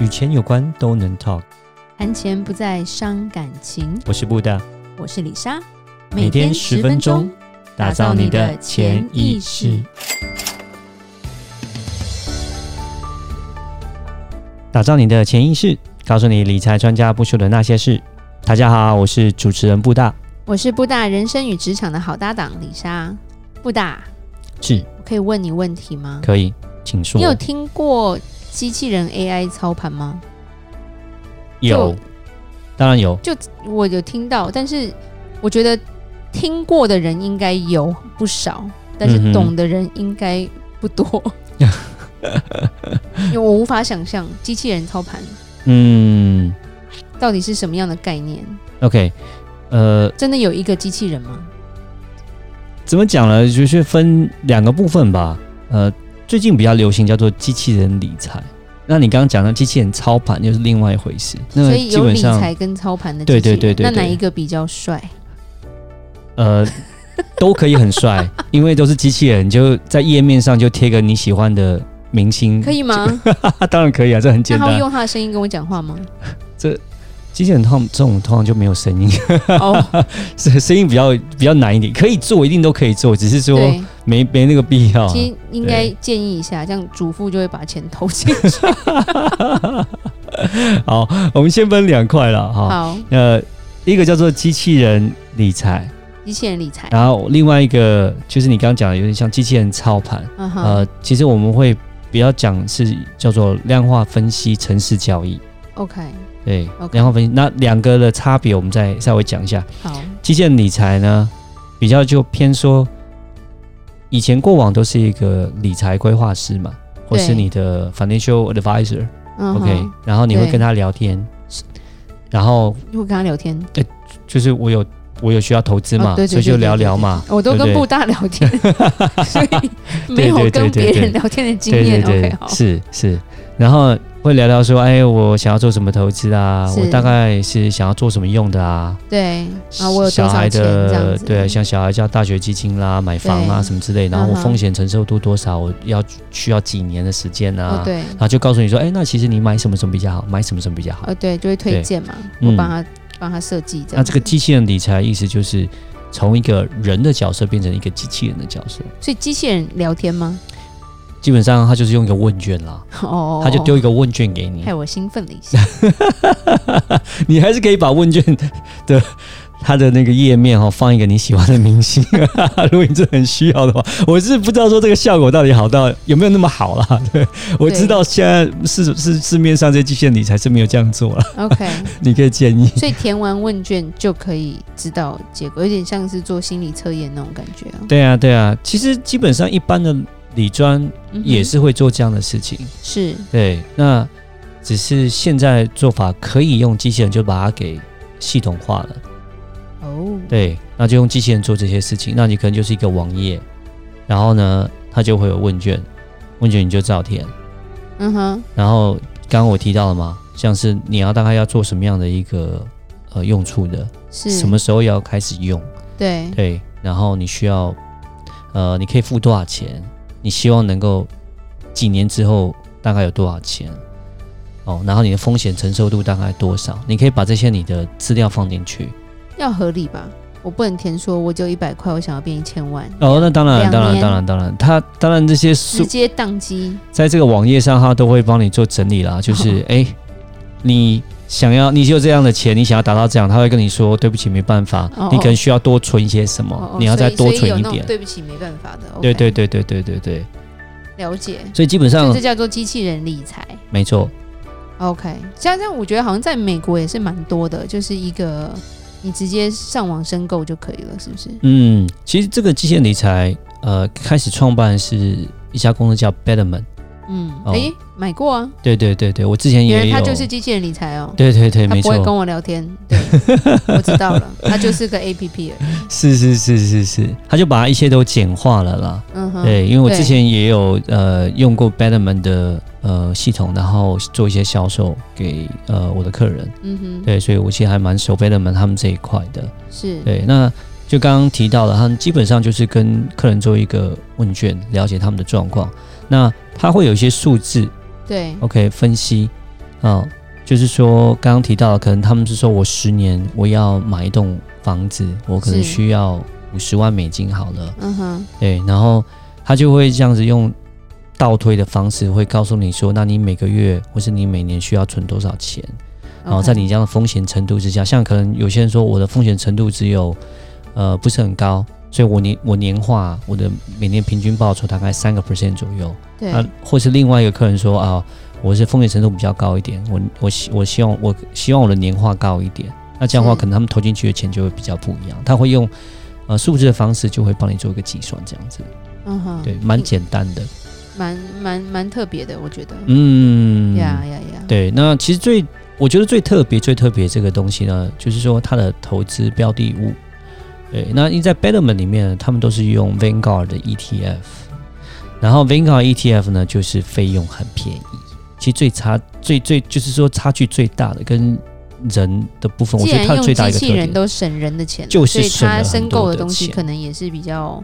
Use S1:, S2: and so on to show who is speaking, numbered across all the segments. S1: 与钱有关都能 talk。
S2: 谈钱不再伤感情。
S1: 我是布大，
S2: 我是李莎，
S1: 每天十分钟，打造你的潜意识。打造你的潜意识，告诉你理财专家不说的那些事。大家好，我是主持人布大，
S2: 我是布大人生与职场的好搭档李莎。布大，
S1: 是
S2: 我可以问你问题吗？
S1: 可以，请说。
S2: 你有听过机器人 AI 操盘吗？
S1: 有
S2: 就，
S1: 当然有，
S2: 我有听到，但是我觉得听过的人应该有不少，但
S1: 嗯哼
S2: 是懂的人应该不多。
S1: 嗯
S2: 因为我无法想象机器人操盘
S1: 嗯
S2: 到底是什么样的概念。
S1: ，OK，呃，
S2: 真的有一个机器人吗？
S1: 怎么讲呢？就是分两个部分吧。呃，最近比较流行叫做机器人理财。那你刚刚讲的机器人操盘又是另外一回事。那
S2: 所
S1: 个
S2: 以
S1: 基
S2: 有
S1: 本
S2: 理
S1: 上，
S2: 财跟操盘的
S1: 对
S2: 机器人
S1: 对对对
S2: 那
S1: 对
S2: 哪一个比较帅？
S1: 呃，都可以很 帅，因为都是机器人，就在页面上就贴个你喜欢的明星。
S2: 可以吗？
S1: 啊， 当然可以啊，这很
S2: 那
S1: 嗯简
S2: 他会
S1: 单。
S2: 用他的声音跟我讲话吗？
S1: 机器人通这种通常就没有声音，
S2: 哦，
S1: 声 声音比较比较难一点，可以做，一定都可以做，只是说
S2: 对，
S1: 没没那个必要啊、
S2: 其实应该建议一下，这样主妇就会把钱投进去。
S1: 好，我们先分两块了哈。
S2: 好，
S1: 呃，一个叫做机器人理财，
S2: 机器人理财，
S1: 然后另外一个就是你刚刚讲的，有点像机器人操盘。
S2: 嗯哼
S1: 呃，其实我们会比较讲是叫做量化分析、城市交易。
S2: ，OK，
S1: 对
S2: OK
S1: 量化分析那两个的差别，我们再稍微讲一下。
S2: 好，
S1: 基建理财呢，比较就偏说，以前过往都是一个理财规划师嘛，或是
S2: 对
S1: 你的 financial advisor，OK，、
S2: 嗯
S1: OK，
S2: 哼，
S1: 然后你会
S2: 对
S1: 跟他聊天，然后
S2: 因为我跟他聊天，
S1: 就是我有我有需要投资嘛，
S2: 哦对对
S1: 所以就
S2: 对对
S1: 聊
S2: 对
S1: 聊
S2: 对
S1: 嘛，
S2: 我都
S1: 对
S2: 跟
S1: 不
S2: 布大聊 天，所以没有
S1: 对对对
S2: 跟别
S1: 对对
S2: 人聊天的经
S1: 对对
S2: 验。
S1: 对
S2: OK，
S1: 对
S2: 好，
S1: 是是，然后会聊聊说，哎，我想要做什么投资啊，
S2: 是
S1: 我大概是想要做什么用的啊，
S2: 对，啊，我有
S1: 小
S2: 多
S1: 孩
S2: 少钱这样
S1: 的
S2: 子？
S1: 对，像小孩叫大学基金啦、买房啦
S2: 对
S1: 什么之类，然后我
S2: 嗯哼
S1: 风险承受度多少，我要需要几年的时间
S2: 哦
S1: 啊，，
S2: 对，
S1: 然后就告诉你说，哎，那其实你买什么什么比较好，买什么什么比较好。
S2: 哦对，就会推
S1: 对
S2: 荐嘛，
S1: 嗯
S2: 我帮他帮他设计这样。
S1: 那这个机器人理财意思就是从一个人的角色变成一个机器人的角色，
S2: 所以机器人聊天吗？
S1: 基本上他就是用一个问卷啦，
S2: 哦，
S1: 他就丢一个问卷给你
S2: 害，我兴奋了一 下。
S1: 你还是可以把问卷的它的那个页面哈、哦、放一个你喜欢的明星， 如果你真的很需要的话，我是不知道说这个效果到底好到有没有那么好啦。 对，我
S2: 对
S1: 知道现在市市市面上这些极限理财是没有这样做了，
S2: OK，
S1: 你可以建议。
S2: 所以填完问卷就可以知道结果，有点像是做心理测验那种感觉啊。
S1: 对啊，对啊，其实基本上一般的理专
S2: 嗯哼
S1: 也是会做这样的事情。
S2: 是
S1: 对，那只是现在做法可以用机器人就把它给系统化了。
S2: 哦，
S1: 对，那就用机器人做这些事情。那你可能就是一个网页，然后呢，它就会有问卷，问卷你就照填。
S2: 嗯哼，
S1: 然后刚刚我提到了嘛，像是你要大概要做什么样的一个呃用处的，
S2: 是
S1: 什么？时候要开始用，
S2: 对，
S1: 对，然后你需要呃，你可以付多少钱，你希望能够几年之后大概有多少钱。哦，然后你的风险承受度大概多少？你可以把这些你的资料放进去。
S2: 要合理吧？我不能填说我只有一百块，我想要变一千万，
S1: 哦，那当然，
S2: 两
S1: 当然，
S2: 年
S1: 当然，当然，它当然这些数
S2: 直接宕机。
S1: 在这个网页上，它都会帮你做整理啦。就是哎、诶你想要，你就这样的钱，你想要达到这样，他会跟你说，对不起，没办法，
S2: 哦
S1: 你可能需要多存一些什么，
S2: 哦哦
S1: 你要再
S2: 所以
S1: 多
S2: 所以有
S1: 存一
S2: 那种
S1: 点。
S2: 对不起，没办法的。OK，
S1: 对对对对对对对，
S2: 了解。
S1: 所以基本
S2: 所以
S1: 上
S2: 这叫做机器人理财。
S1: 没错，
S2: OK，像这样我觉得好像在美国也是蛮多的，就是一个你直接上网申购就可以了，是不是？
S1: 嗯，其实这个基线理财，呃，开始创办是一家公司叫 Betterment，
S2: 嗯，
S1: 哦
S2: 诶，买过啊，
S1: 对对对对，我之前
S2: 原
S1: 也
S2: 来
S1: 有，
S2: 他就是机器人理财哦。
S1: 对对对，
S2: 他
S1: 没
S2: 不会跟
S1: 错，
S2: 我聊天， 对，我知道了，他就是个 A P P 而已。
S1: 是是是是是，他就把一切都简化了啦。
S2: 嗯哼，
S1: 对，因为我之
S2: 对
S1: 前也有呃用过 Betterment 的呃系统，然后做一些销售给呃我的客人，
S2: 嗯哼，
S1: 对，所以我其实还蛮熟 Betterment 他们这一块的。
S2: 是，
S1: 对，那就刚刚提到了，他们基本上就是跟客人做一个问卷，了解他们的状况。那他会有一些数字
S2: 对，
S1: 哦，OK，分析，哦，就是说刚刚提到的，可能他们是说我十年我要买一栋房子，我可能
S2: 是
S1: 需要五十万美金好了，
S2: 嗯哼，
S1: 对，然后他就会这样子用倒推的方式，会告诉你说，那你每个月或是你每年需要存多少钱，然后哦
S2: OK
S1: 在你这样的风险程度之下，像可能有些人说我的风险程度只有呃不是很高，所以我年我年化我的每年平均报酬大概三个 percent 左右，
S2: 对、
S1: 啊，或是另外一个客人说啊，我是风险程度比较高一点，我我希我希望我希望我的年化高一点，那这样的话
S2: 是
S1: 可能他们投进去的钱就会比较不一样，他会用呃数字的方式就会帮你做一个计算，这样子，
S2: 嗯哼，
S1: 对，蛮简单的，
S2: 蛮蛮蛮特别的，我觉得，
S1: 嗯，
S2: 呀呀呀，
S1: 对，那其实最我觉得最特别、最特别这个东西呢，就是说它的投资标的物。对，那因为在 Betterment 里面呢，他们都是用 Vanguard 的 ETF，然后 Vanguard ETF 呢，就是费用很便宜。其实最差、最最就是说差距最大的跟人的部分，我
S2: 既
S1: 觉得
S2: 然
S1: 它
S2: 用
S1: 最大
S2: 机
S1: 一个特
S2: 器人
S1: 点，
S2: 都省人的钱了，
S1: 就是
S2: 所以
S1: 省了
S2: 它
S1: 很
S2: 申
S1: 多
S2: 购
S1: 的
S2: 东西
S1: 钱
S2: 可能也是比较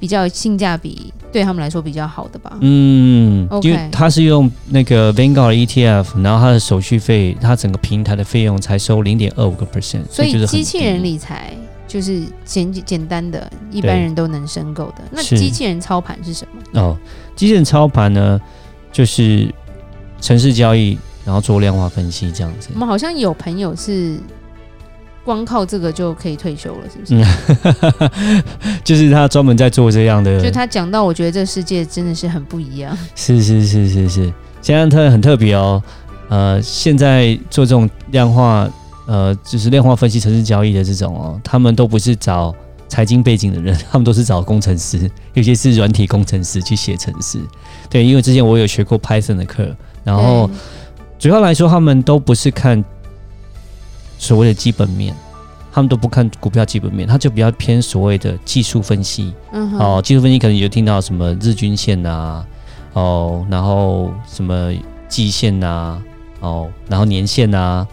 S2: 比较性价比对他们来说比较好的吧。
S1: 嗯
S2: OK
S1: 因为它是用那个 Vanguard ETF，然后它的手续费，它整个平台的费用才收零点二五个 percent，就
S2: 所以
S1: 是很
S2: 机器人
S1: 低
S2: 理财就是简简单的，一般
S1: 对
S2: 人都能申购的。那
S1: 是
S2: 机器人操盘是什么？
S1: 哦，基建操盘呢，就是城市交易，然后做量化分析这样子
S2: 我。们好像有朋友是光靠这个就可以退休了，是不是？
S1: 嗯， 就是他专门在做这样的
S2: 就，他讲到，我觉得这世界真的是很不一样。
S1: 是是是是是，现在他很特别哦。呃，现在做这种量化，呃，就是量化分析、城市交易的这种哦，他们都不是找财经背景的人， 他们都是找工程师，有些是软体工程师去写程式。对，因为之前我有学过 Python 的课，然后
S2: 对
S1: 主要来说，他们都不是看所谓的基本面，他们都不看股票基本面，他就比较偏所谓的技术分析。
S2: 嗯哼，
S1: 哦，技术分析可能有听到什么日均线呐、哦，然后什么季线呐、哦，然后年线呐、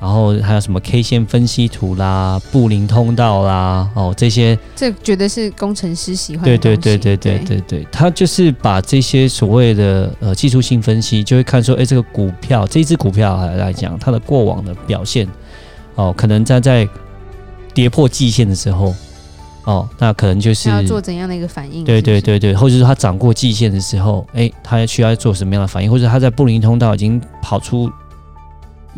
S1: 然后还有什么 K 线分析图啦、布林通道啦，哦，这些
S2: 这绝对是工程师喜欢
S1: 对
S2: 的
S1: 对
S2: 东
S1: 对
S2: 西
S1: 对对对对，他就是把这些所谓的呃技术性分析，就会看说，哎，这个股票这一只股票来来讲，它的过往的表现，哦，可能在在跌破季线的时候，哦，那可能就是
S2: 他要做怎样的一个反应？
S1: 对
S2: 嗯是不
S1: 对
S2: 是，
S1: 对对，或者是它涨过季线的时候，哎，它需要做什么样的反应，或者它在布林通道已经跑出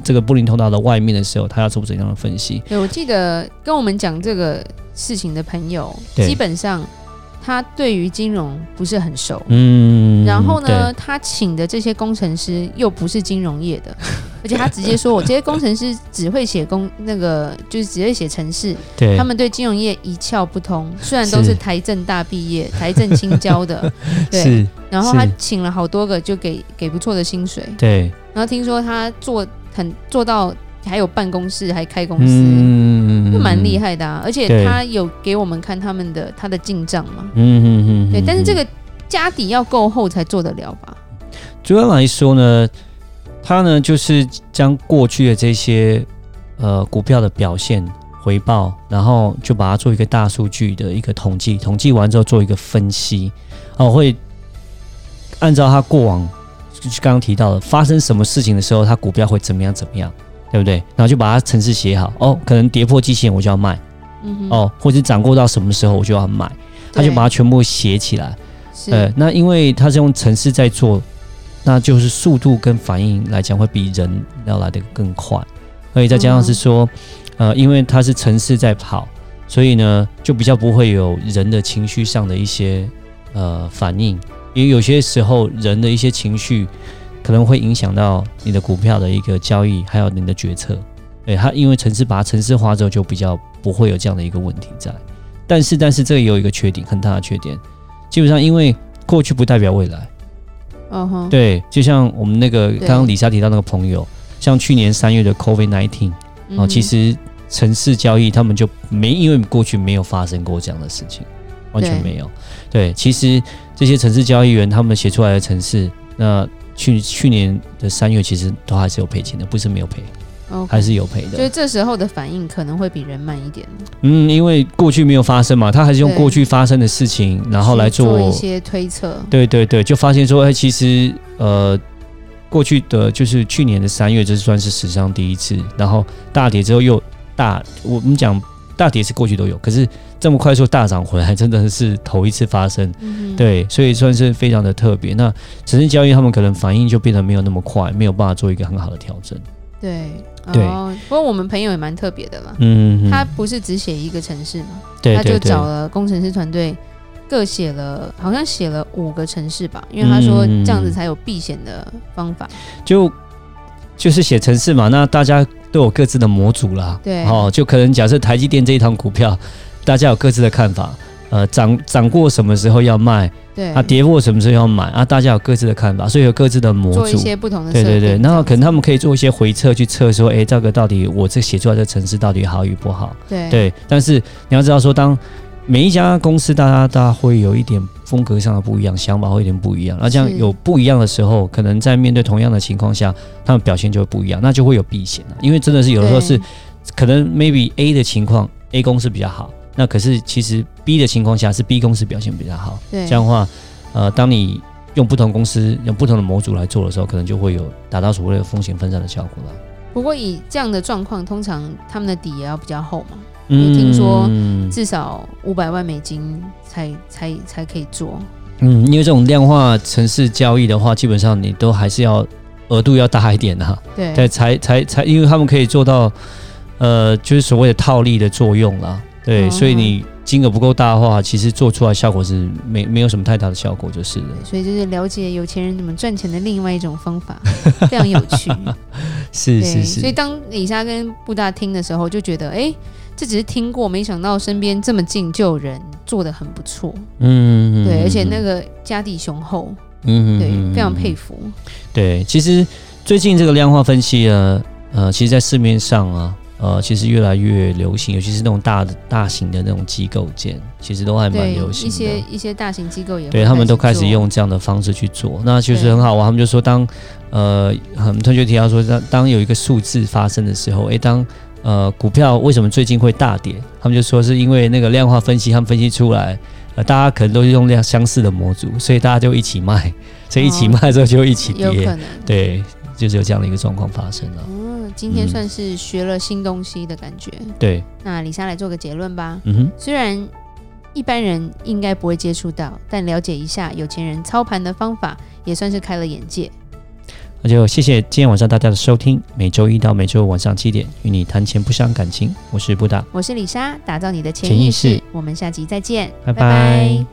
S1: 这个布林通道的外面的时候，它要做怎样的分析？
S2: 对，我记得跟我们讲这个事情的朋友，
S1: 对
S2: 基本上他对于金融不是很熟。
S1: 嗯，
S2: 然后呢，
S1: 对？
S2: 他请的这些工程师又不是金融业的， 而且他直接说，我这些工程师只会写工那个，就是只会写程式，
S1: 对，
S2: 他们对金融业一窍不通。虽然都是
S1: 是
S2: 台政大毕业，台 政青交的，对。
S1: 是，
S2: 然后他
S1: 是
S2: 请了好多个，就给给不错的薪水。
S1: 对，
S2: 然后听说他做很做到还有办公室，还开公司。
S1: 嗯
S2: 就蛮厉
S1: 害。
S2: 害的啊，而且
S1: 对
S2: 他有给我们看他们的他的进账嘛，
S1: 嗯嗯嗯，
S2: 对，
S1: 嗯
S2: 但是这
S1: 嗯
S2: 个家底要够厚才做得了吧？
S1: 主要来说呢，它呢就是将过去的这些呃股票的表现回报，然后就把它做一个大数据的一个统计，统计完之后做一个分析，哦，会按照它过往就是刚刚提到的发生什么事情的时候，它股票会怎么样怎么样，对不对？然后就把它程式写好，哦，可能跌破季线我就要卖，
S2: 嗯哼，
S1: 哦，或者涨过到什么时候我就要买，它就
S2: 对
S1: 把它全部写起来。
S2: 是、
S1: 呃，那因为它是用程式在做，那就是速度跟反应来讲会比人要来的更快，所以再加上是说，呃，因为它是程式在跑，所以呢就比较不会有人的情绪上的一些呃反应，因为有些时候人的一些情绪可能会影响到你的股票的一个交易，还有你的决策。对它，因为城市把它城市化之后，就比较不会有这样的一个问题在。但是，但是这个也有一个缺点，很大的缺点，基本上因为过去不代表未来。
S2: 嗯哼，
S1: 对，就像我们那个
S2: 对
S1: 刚刚李莎提到那个朋友，像去年三月的 COVID nineteen
S2: 嗯
S1: 哦，
S2: 哼
S1: 其实城市交易他们就没，因为过去没有发生过这样的事情，完全
S2: 对
S1: 没有。对，其实这些城市交易员他们写出来的城市，那去去年的三月其实都还是有赔钱的，不是没有赔，
S2: OK
S1: 还是有赔
S2: 所以
S1: 的。
S2: 这时候的反应可能会比人慢一点，
S1: 嗯，因为过去没有发生嘛，他还是用
S2: 对
S1: 过去发生的事情，然后来
S2: 去做
S1: 做
S2: 一些推测，
S1: 对对对，就发现说，哎、其实呃，过去的就是去年的三月，这算是史上第一次。然后大跌之后又大，我们讲大跌是过去都有，可是这么快速大涨回来，真的是头一次发生。
S2: 嗯，，
S1: 对，所以算是非常的特别。那城市交易他们可能反应就变得没有那么快，没有办法做一个很好的调整。
S2: 对
S1: 对
S2: 哦，不过我们朋友也蛮特别的啦，
S1: 嗯，
S2: 他不是只写一个城市嘛，
S1: 对
S2: 他
S1: 对
S2: 就
S1: 对，
S2: 找了工程师团队。各写了，好像写了五个城市吧，因为他说
S1: 嗯
S2: 这样子才有避险的方法。
S1: 就就是写城市嘛，那大家都有各自的模组啦。
S2: 对
S1: 哦，就可能假设台积电这一趟股票，大家有各自的看法。呃，涨涨过什么时候要卖？
S2: 对，
S1: 啊，跌破什么时候要买啊？大家有各自的看法，所以有各自的模
S2: 做一
S1: 组。
S2: 些不同的
S1: 对
S2: 设
S1: 对
S2: 定。
S1: 对，
S2: 这
S1: 那
S2: 样
S1: 可能他们可以做一些回测去测说，诶，这个到底我这写出来的城市到底好与不好？
S2: 对
S1: 对，但是你要知道说，当每一家公司大家大家会有一点风格上的不一样，想法会有点不一样。那这样
S2: 是
S1: 有不一样的时候，可能在面对同样的情况下，他们表现就会不一样，那就会有避险了。因为真的是有的时候是
S2: 对
S1: 可能 maybe A 的情况，A 公司比较好，那可是其实 B 的情况下是 B 公司表现比较好。
S2: 对
S1: 这样的话，呃，当你用不同公司用不同的模组来做的时候，可能就会有达到所谓的风险分散的效果了。
S2: 不过以这样的状况，通常他们的底也要比较厚嘛，因为听说
S1: 嗯
S2: 至少五百万美金才才才可以做。
S1: 嗯，因为这种量化城市交易的话，基本上你都还是要额度要大一点啊，
S2: 对
S1: 对，才才才，因为他们可以做到，呃，就是所谓的套利的作用啦。对，
S2: 嗯
S1: 所以你金额不够大的话，其实做出来效果是没没有什么太大的效果，就是了。
S2: 所以就是了解有钱人怎么赚钱的另外一种方 法，非常有趣。
S1: 是
S2: 对，
S1: 是是
S2: 所以，当李莎跟布大听的时候，就觉得哎、诶这只是听过，没想到身边这么近就有人做的很不错。
S1: 嗯
S2: 对，而且那
S1: 个，
S2: 个家底雄厚，
S1: 嗯
S2: 对，非常佩
S1: 服。
S2: 服。
S1: 对，其实最近这个量化分析呢，呃，其实，在市面上啊，呃，其实越来越流行，尤其是那种大的大型的那种机构间，其实都还蛮
S2: 对
S1: 流，行
S2: 一些
S1: 的。
S2: 一些大型机构也会
S1: 对他们都开
S2: 做
S1: 始用这样的方式去做，那就是
S2: 对
S1: 很好玩。他们就说当，呃，很同学提到说，当当有一个数字发生的时候，诶，当呃股票为什么最近会大跌？他们就说是因为那个量化分析，他们分析出来，呃，大家可能都是用量相似的模组，所以大家就一起卖，所以一起
S2: 哦
S1: 卖之后就一起跌。
S2: 有可能。
S1: 对，就是有这样的一个状况发生了。
S2: 嗯，今天
S1: 嗯
S2: 算是学了新东西的感觉。
S1: 对，
S2: 那李莎来做个结论吧。
S1: 嗯哼，
S2: 虽然一般人应该不会接触到，但了解一下有钱人操盘的方法，也算是开了眼界。
S1: 那就谢谢今天晚上大家的收听。每周一到每周五晚上七点，与你谈钱不伤感情。我是布达，
S2: 我是李莎，打造你的潜
S1: 潜意
S2: 意识。
S1: 识
S2: 我们下集再见，
S1: 拜拜